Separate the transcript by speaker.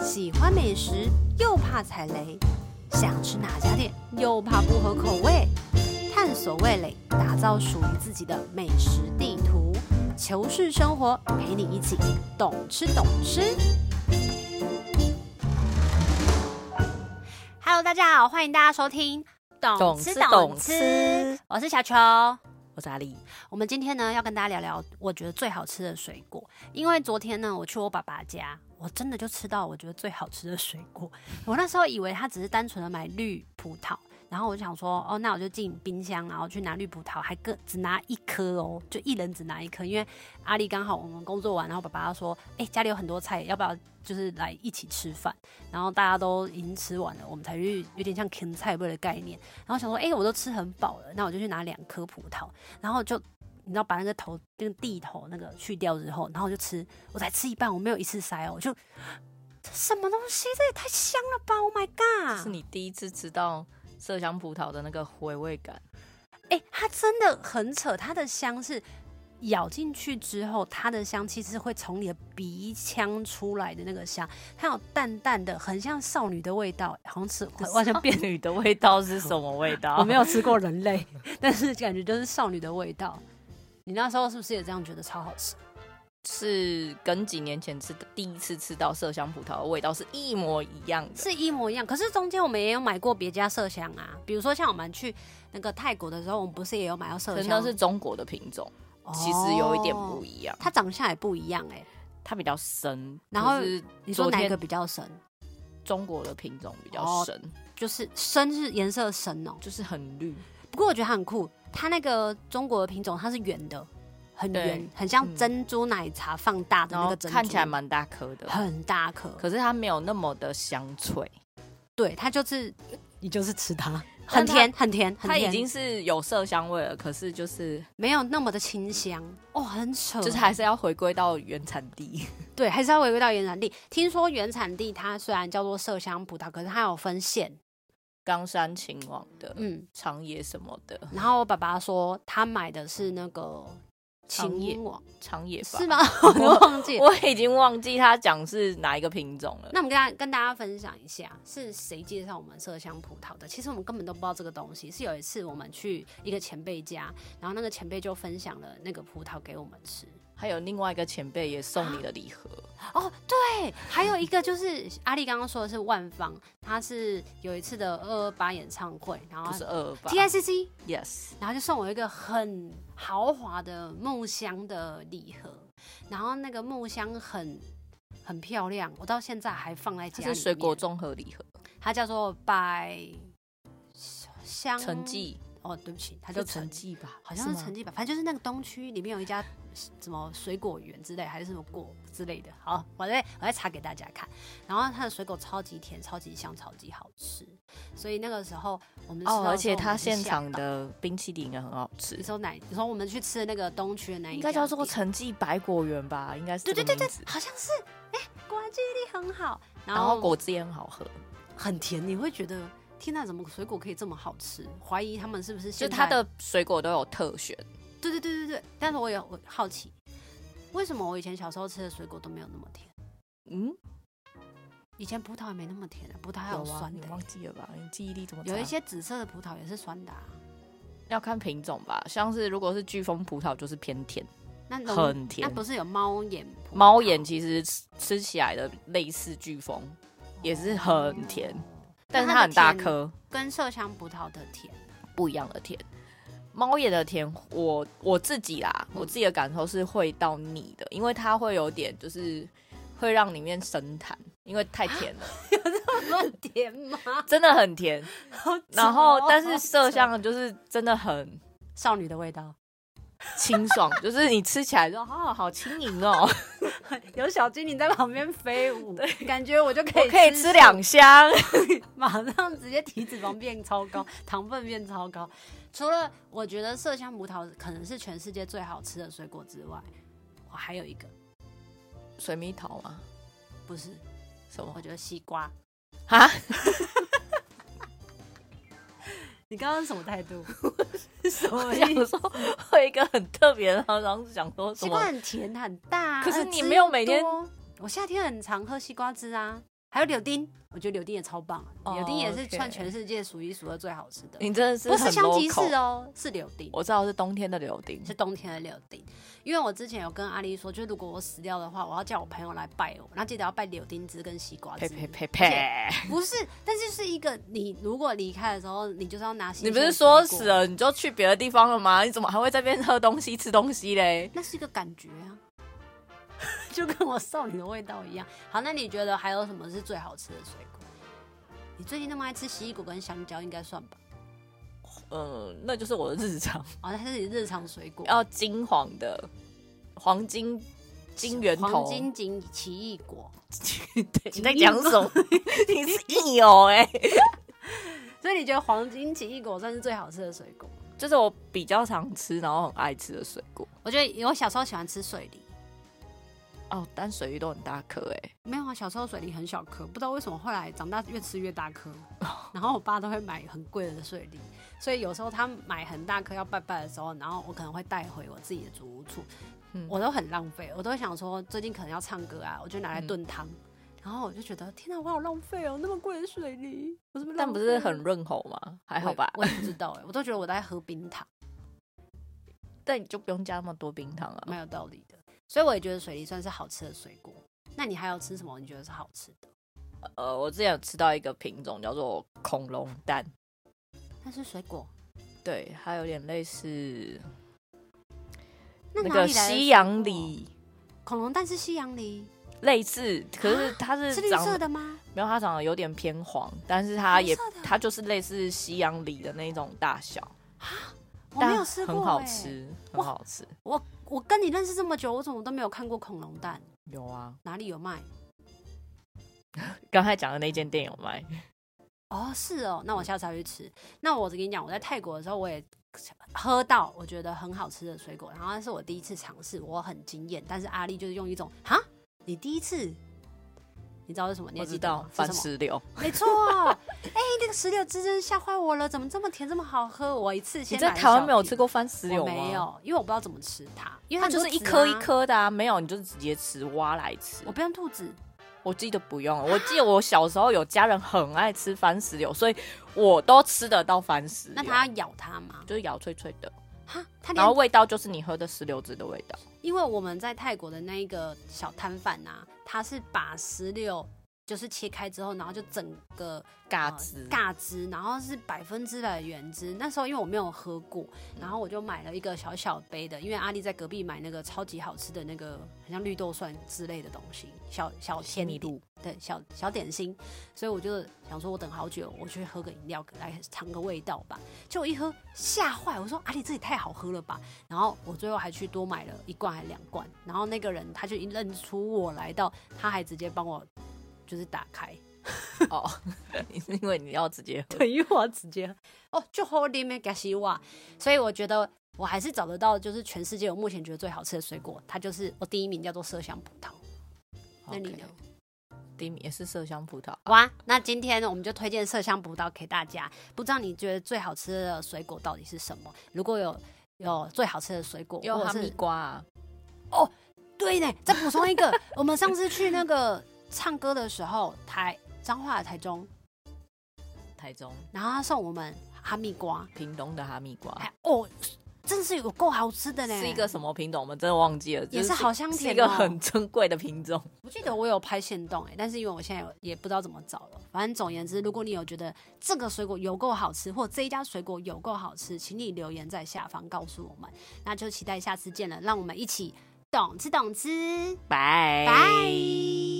Speaker 1: 喜欢美食又怕踩雷，想吃哪家店又怕不合口味，探索味蕾，打造属于自己的美食地图，求是生活陪你一起懂吃懂吃。Hello，大家好，欢迎大家收听
Speaker 2: 懂吃懂吃，
Speaker 1: 我是小球。
Speaker 2: 我是阿丽。
Speaker 1: 我们今天呢要跟大家聊聊，我觉得最好吃的水果。因为昨天呢，我去我爸爸家，我真的就吃到我觉得最好吃的水果。我那时候以为他只是单纯的买绿葡萄，然后我就想说，哦，那我就进冰箱，然后去拿绿葡萄，还各只拿一颗哦，就一人只拿一颗。因为阿丽刚好我们工作完，然后爸爸说，哎、家里有很多菜，要不要就是来一起吃饭？然后大家都已经吃完了，我们才去有点像啃菜味的概念。然后想说，哎、我都吃很饱了，那我就去拿两颗葡萄。然后就你知道把那个头那个地头那个去掉之后，然后我就吃，我才吃一半，我没有一次塞哦，我就这什么东西，这也太香了吧！Oh my
Speaker 2: 这是
Speaker 1: god！
Speaker 2: 你第一次吃到麝香葡萄的那个回味感，
Speaker 1: 哎、它真的很扯，它的香是咬进去之后，它的香气是会从你的鼻腔出来的那个香，它有淡淡的，很像少女的味道，好像吃 完全变
Speaker 2: 变女的味道是什么味 道？
Speaker 1: 我没有吃过人类， 但是感觉就是少女的味道。你那时候是不是也这样觉得超好吃？
Speaker 2: 是跟几年前吃的第一次吃到麝香葡萄的味道是一模一样的。
Speaker 1: 是一模一样。可是中间我们也有买过别家麝香啊，比如说像我们去那个泰国的时候，我们不是也有买到麝
Speaker 2: 真
Speaker 1: 香？
Speaker 2: 的是中国的品种，
Speaker 1: 哦
Speaker 2: 其实有一点不一样，
Speaker 1: 它长相也不一样哎、
Speaker 2: 它比较深。
Speaker 1: 然后
Speaker 2: 可是
Speaker 1: 你说
Speaker 2: 昨
Speaker 1: 哪一
Speaker 2: 天
Speaker 1: 个比较深？
Speaker 2: 中国的品种比
Speaker 1: 哦
Speaker 2: 较深，
Speaker 1: 就是深是颜色深哦、
Speaker 2: 就是很绿，
Speaker 1: 不过我觉得它很酷，它那个中国的品种它是圆的，很
Speaker 2: 对
Speaker 1: 圆，很像
Speaker 2: 嗯
Speaker 1: 珍珠奶茶放大的
Speaker 2: 然
Speaker 1: 那
Speaker 2: 后
Speaker 1: 个珍珠，
Speaker 2: 看起来蛮大颗的，
Speaker 1: 很大颗。
Speaker 2: 可是它没有那么的香脆，
Speaker 1: 对，它就是你就是吃它，很
Speaker 2: 但它
Speaker 1: 甜很甜很
Speaker 2: 它已
Speaker 1: 甜，
Speaker 2: 经是有麝香味了，可是就是
Speaker 1: 没有那么的清香哦，很扯，
Speaker 2: 就是还是要回归到原产地。
Speaker 1: 对，还是要回归到原产地。听说原产地它虽然叫做麝香葡萄，可是它有分县，
Speaker 2: 冈山秦王的、
Speaker 1: 嗯。
Speaker 2: 长野什么的，
Speaker 1: 然后我爸爸说他买的是那个
Speaker 2: 长野
Speaker 1: 秦王，
Speaker 2: 长野吧？
Speaker 1: 是？吗？我都忘记了。
Speaker 2: 我已经忘记他讲是哪一个品种了。
Speaker 1: 那我们跟大跟大家分享一下，是谁介绍我们麝香葡萄的？其实我们根本都不知道这个东西。是有一次我们去一个前辈家，然后那个前辈就分享了那个葡萄给我们吃。
Speaker 2: 还有另外一个前辈也送你的礼盒，
Speaker 1: 哦，对，还有一个就是阿丽刚刚说的是万芳，她是有一次的二二八演唱会，然后
Speaker 2: 不是二二八
Speaker 1: TICC
Speaker 2: ？Yes，
Speaker 1: 然后就送我一个很豪华的木箱的礼盒，然后那个木箱很很漂亮，我到现在还放在
Speaker 2: 它
Speaker 1: 家里。
Speaker 2: 是水果，综合礼盒，
Speaker 1: 它叫做百香
Speaker 2: 陈。记
Speaker 1: 哦，对不起，它
Speaker 2: 它
Speaker 1: 叫
Speaker 2: 叫
Speaker 1: 陈
Speaker 2: 陈
Speaker 1: 记，
Speaker 2: 记吧？
Speaker 1: 好像是
Speaker 2: 吗
Speaker 1: 陈记吧，反正就是那个东区里面有一家什么水果园之类，还是什么果之类的。好，我再我再查给大家看。然后它的水果超级甜，超级香，超级好吃。所以那个时候我们吃到
Speaker 2: 哦，
Speaker 1: 的时候
Speaker 2: 而且
Speaker 1: 我们
Speaker 2: 它
Speaker 1: 是
Speaker 2: 现
Speaker 1: 吓
Speaker 2: 场
Speaker 1: 到
Speaker 2: 的冰淇淋也很好吃
Speaker 1: 你，说哪？你说我们去吃的那个东区的那一
Speaker 2: 应该叫
Speaker 1: 做
Speaker 2: 做陈记百果园吧？应该是
Speaker 1: 对对
Speaker 2: 这个
Speaker 1: 对对
Speaker 2: 名字，
Speaker 1: 好像是。哎、果然记忆力很好。然
Speaker 2: 然后果汁也很好喝，
Speaker 1: 很甜，你会觉得天哪，怎么水果可以这么好吃？怀疑他们是不是
Speaker 2: 就
Speaker 1: 现在
Speaker 2: 它的水果都有特选，
Speaker 1: 对对对对对。但是我也我好奇，为什么我以前小时候吃的水果都没有那么甜？
Speaker 2: 嗯，
Speaker 1: 以前葡萄也没那么甜啊，葡萄还
Speaker 2: 有啊，
Speaker 1: 酸
Speaker 2: 你
Speaker 1: 的、
Speaker 2: 忘记了吧？你记忆力怎么
Speaker 1: 有一
Speaker 2: 差
Speaker 1: 些紫色的葡萄也是酸的、啊。
Speaker 2: 要看品种吧，像是如果是飓风葡萄就是偏甜，
Speaker 1: 那龙
Speaker 2: 很
Speaker 1: 那
Speaker 2: 甜。
Speaker 1: 不是有猫眼葡萄
Speaker 2: 猫眼其实吃吃起来的类似飓风，也是很甜，但是哦它很大颗，
Speaker 1: 跟麝香葡萄的 甜
Speaker 2: 不一样的甜。猫眼的甜，我我自己啦，我自己的感受是会到腻的，因为它会有点就是会让里面生痰，因为太甜了，
Speaker 1: 很甜 吗？
Speaker 2: 真的很甜。然后但是麝
Speaker 1: 香。
Speaker 2: 香就是真的很
Speaker 1: 少女的味道，
Speaker 2: 清爽， 就是你吃起来就哦好轻盈哦，
Speaker 1: 有小精灵在旁边飞 舞，感觉我就可以
Speaker 2: 我 可以吃
Speaker 1: 素，
Speaker 2: 两箱。
Speaker 1: 马上直接体脂肪变超高，糖分变超高。除了我觉得麝香葡萄可能是全世界最好吃的水果之外，我还有一个
Speaker 2: 水蜜桃吗？
Speaker 1: 不是，
Speaker 2: 什么
Speaker 1: 我觉得西瓜。
Speaker 2: 啊？
Speaker 1: 你刚刚什么态 度？什么
Speaker 2: 我
Speaker 1: 意
Speaker 2: 想
Speaker 1: 思？
Speaker 2: 说会一个很特别的，然后想说什
Speaker 1: 西瓜
Speaker 2: 么？
Speaker 1: 很甜很大啊，
Speaker 2: 可是
Speaker 1: 而且
Speaker 2: 你
Speaker 1: 汁
Speaker 2: 没有每天
Speaker 1: 又多。我夏天很常喝西瓜汁啊，还有柳丁，我觉得柳丁也超棒，啊
Speaker 2: 哦
Speaker 1: 柳丁也是
Speaker 2: OK
Speaker 1: 算全世界数一数二最好吃的，
Speaker 2: 你真的是
Speaker 1: 嗯不是
Speaker 2: 很
Speaker 1: 香吉士
Speaker 2: local
Speaker 1: 哦，是柳丁。
Speaker 2: 我知道是冬天的柳丁，
Speaker 1: 是冬天的柳丁，因为我之前有跟阿丽说，就是如果我死掉的话，我要叫我朋友来拜我，然后记得要拜柳丁汁跟西瓜
Speaker 2: 呸
Speaker 1: 汁。
Speaker 2: 呸呸呸！
Speaker 1: 不是，但是是一个你如果离开的时候，你就是要拿新鲜
Speaker 2: 你不
Speaker 1: 的
Speaker 2: 是说
Speaker 1: 水
Speaker 2: 死
Speaker 1: 果？
Speaker 2: 了你就去别的地方了吗？你怎么还会在边喝东西吃东西嘞？
Speaker 1: 那是一个感觉啊， 就跟我少女的味道一样。好，那你觉得还有什么是最好吃的水果？你最近那么爱吃奇异果跟香蕉，应该算吧？
Speaker 2: 嗯，那就是我的日常，
Speaker 1: 哦，那是你日常水果。
Speaker 2: 要金黄的黄金金源头。
Speaker 1: 黄 金锦奇异果，
Speaker 2: 你在讲什么？ 你是硬哦哎、
Speaker 1: 所以你觉得黄金奇异果算是最好吃的水果？
Speaker 2: 就是我比较常吃，然后很爱吃的水果。
Speaker 1: 我觉得我小时候喜欢吃水梨，
Speaker 2: 哦，但水鱼都很大颗哎、
Speaker 1: 没有啊，小时候水梨很小颗，不知道为什么后来长大越吃越大 颗。然后我爸都会买很贵的水梨，所以有时候他买很大颗要拜拜的时候，然后我可能会带回我自己的祖屋处，
Speaker 2: 嗯
Speaker 1: 我都很浪费，我都会想说最近可能要唱歌啊，我就拿来炖汤。然后我就觉得天哪，我好浪费哦，那么贵的水梨，我是不是浪
Speaker 2: 但不是
Speaker 1: 费
Speaker 2: 很
Speaker 1: 了
Speaker 2: 润喉吗？还好吧。
Speaker 1: 我也我也不知道哎、我都觉得我在喝冰糖，
Speaker 2: 但你就不用加那么多冰糖啊。
Speaker 1: 蛮有道理的。所以我也觉得水梨算是好吃的水果。那你还有吃什么？你觉得是好吃的？
Speaker 2: 呃，我之前有吃到一个品种叫做恐龙蛋，
Speaker 1: 那是水果，
Speaker 2: 对，它有点类似
Speaker 1: 那
Speaker 2: 那
Speaker 1: 哪
Speaker 2: 个
Speaker 1: 里来的
Speaker 2: 西
Speaker 1: 水
Speaker 2: 洋
Speaker 1: 果，
Speaker 2: 梨，
Speaker 1: 恐龙蛋是西洋梨，
Speaker 2: 类似，可是它啊是
Speaker 1: 是绿
Speaker 2: 长
Speaker 1: 色
Speaker 2: 得
Speaker 1: 的吗？
Speaker 2: 没有，它长得有点偏黄，但是它
Speaker 1: 绿
Speaker 2: 也
Speaker 1: 色的
Speaker 2: 它就是类似西洋梨的那种大小，
Speaker 1: 我没有
Speaker 2: 但
Speaker 1: 吃过、
Speaker 2: 很好
Speaker 1: 哎。
Speaker 2: 吃，欸
Speaker 1: 哇
Speaker 2: 很好吃。
Speaker 1: 我我跟你认识这么久，我怎么都没有看过恐龙蛋？
Speaker 2: 有啊，
Speaker 1: 哪里有卖？
Speaker 2: 刚才讲的那间店有卖，
Speaker 1: 哦，是哦，那我下次要去吃。那我跟你讲，我在泰国的时候，我也喝到我觉得很好吃的水果，然后那是我第一次尝试，我很惊艳。但是阿丽就是用一种哈，你第一次，你知道是什么？你
Speaker 2: 我
Speaker 1: 也
Speaker 2: 知
Speaker 1: 记得
Speaker 2: 道
Speaker 1: 吗
Speaker 2: 番
Speaker 1: 是什么？
Speaker 2: 石榴，
Speaker 1: 没错， 哎、那个石榴汁真是吓坏我了，怎么这么甜，这么好喝？我一次
Speaker 2: 你
Speaker 1: 先
Speaker 2: 在
Speaker 1: 买了
Speaker 2: 台湾
Speaker 1: 小
Speaker 2: 没有
Speaker 1: 瓶
Speaker 2: 吃过番石
Speaker 1: 我
Speaker 2: 榴吗？
Speaker 1: 没，有，因为我不知道怎么吃它，嗯因为
Speaker 2: 它
Speaker 1: 它
Speaker 2: 就是
Speaker 1: 很
Speaker 2: 一
Speaker 1: 多籽
Speaker 2: 颗一
Speaker 1: 啊，
Speaker 2: 颗的啊，没有你就直接吃挖来吃
Speaker 1: 我。不用兔子。
Speaker 2: 我记得不用，我记得我小时候有家人很爱吃番石榴，所以我都吃得到番石榴。
Speaker 1: 那它要咬它吗？
Speaker 2: 就是咬脆脆的，
Speaker 1: 哈，它
Speaker 2: 然后
Speaker 1: 连哦
Speaker 2: 味道就是你喝的石榴汁的味道。
Speaker 1: 因为我们在泰国的那一个小摊贩呐，他是把石榴就是切开之后，然后就整个
Speaker 2: 嘎
Speaker 1: 呃
Speaker 2: 子
Speaker 1: 嘎汁，然后是百分之百的原汁。那时候因为我没有喝过，然后我就买了一个小小杯的，因为阿丽在隔壁买那个超级好吃的那个，很像绿豆蒜之类的东西，小小
Speaker 2: 仙
Speaker 1: 甜
Speaker 2: 女
Speaker 1: 点，对，小小点心。所以我就想说，我等好久，我去喝个饮料来尝个味道吧。结果一喝吓坏，我说阿丽这也太好喝了吧！然后我最后还去多买了一罐还两罐，然后那个人他就一认出我来到，他还直接帮我就是打开，
Speaker 2: 哦， 你是因为你要直接喝。
Speaker 1: 对，因为我要直接哦，就 holy m a g 西哇，所以我觉得我还是找得到，就是全世界我目前觉得最好吃的水果，它就是我第一名叫做麝香葡萄。那你呢
Speaker 2: OK？第一名也是麝香葡萄，
Speaker 1: 哇，那今天呢，我们就推荐麝香葡萄给大家。不知道你觉得最好吃的水果到底是什么？如果有有最好吃的水果，
Speaker 2: 有
Speaker 1: 或
Speaker 2: 哈
Speaker 1: 者
Speaker 2: 密
Speaker 1: 是
Speaker 2: 瓜、啊，
Speaker 1: 对呢，再补充一个， 我们上次去那个唱歌的时候，台彰化的台中，
Speaker 2: 台中、
Speaker 1: 然后他送我们哈密瓜，
Speaker 2: 屏东的哈密瓜，
Speaker 1: 哎哦，真是有够好吃的呢，
Speaker 2: 是一个什么品种？我们真的忘记了，
Speaker 1: 也
Speaker 2: 就是
Speaker 1: 好香
Speaker 2: 是一
Speaker 1: 甜
Speaker 2: 个
Speaker 1: 哦
Speaker 2: 很珍贵的品种。
Speaker 1: 我记得我有拍现动哎、但是因为我现在有也不知道怎么找了。反正总而言之，如果你有觉得这个水果有够好吃，或这一家水果有够好吃，请你留言在下方告诉我们。那就期待下次见了，让我们一起懂吃懂吃，
Speaker 2: 拜
Speaker 1: 拜。